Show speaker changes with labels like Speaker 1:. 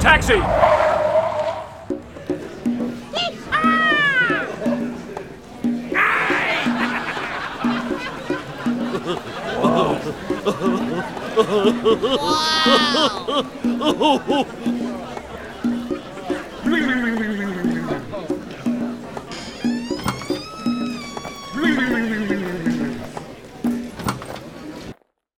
Speaker 1: Taxi!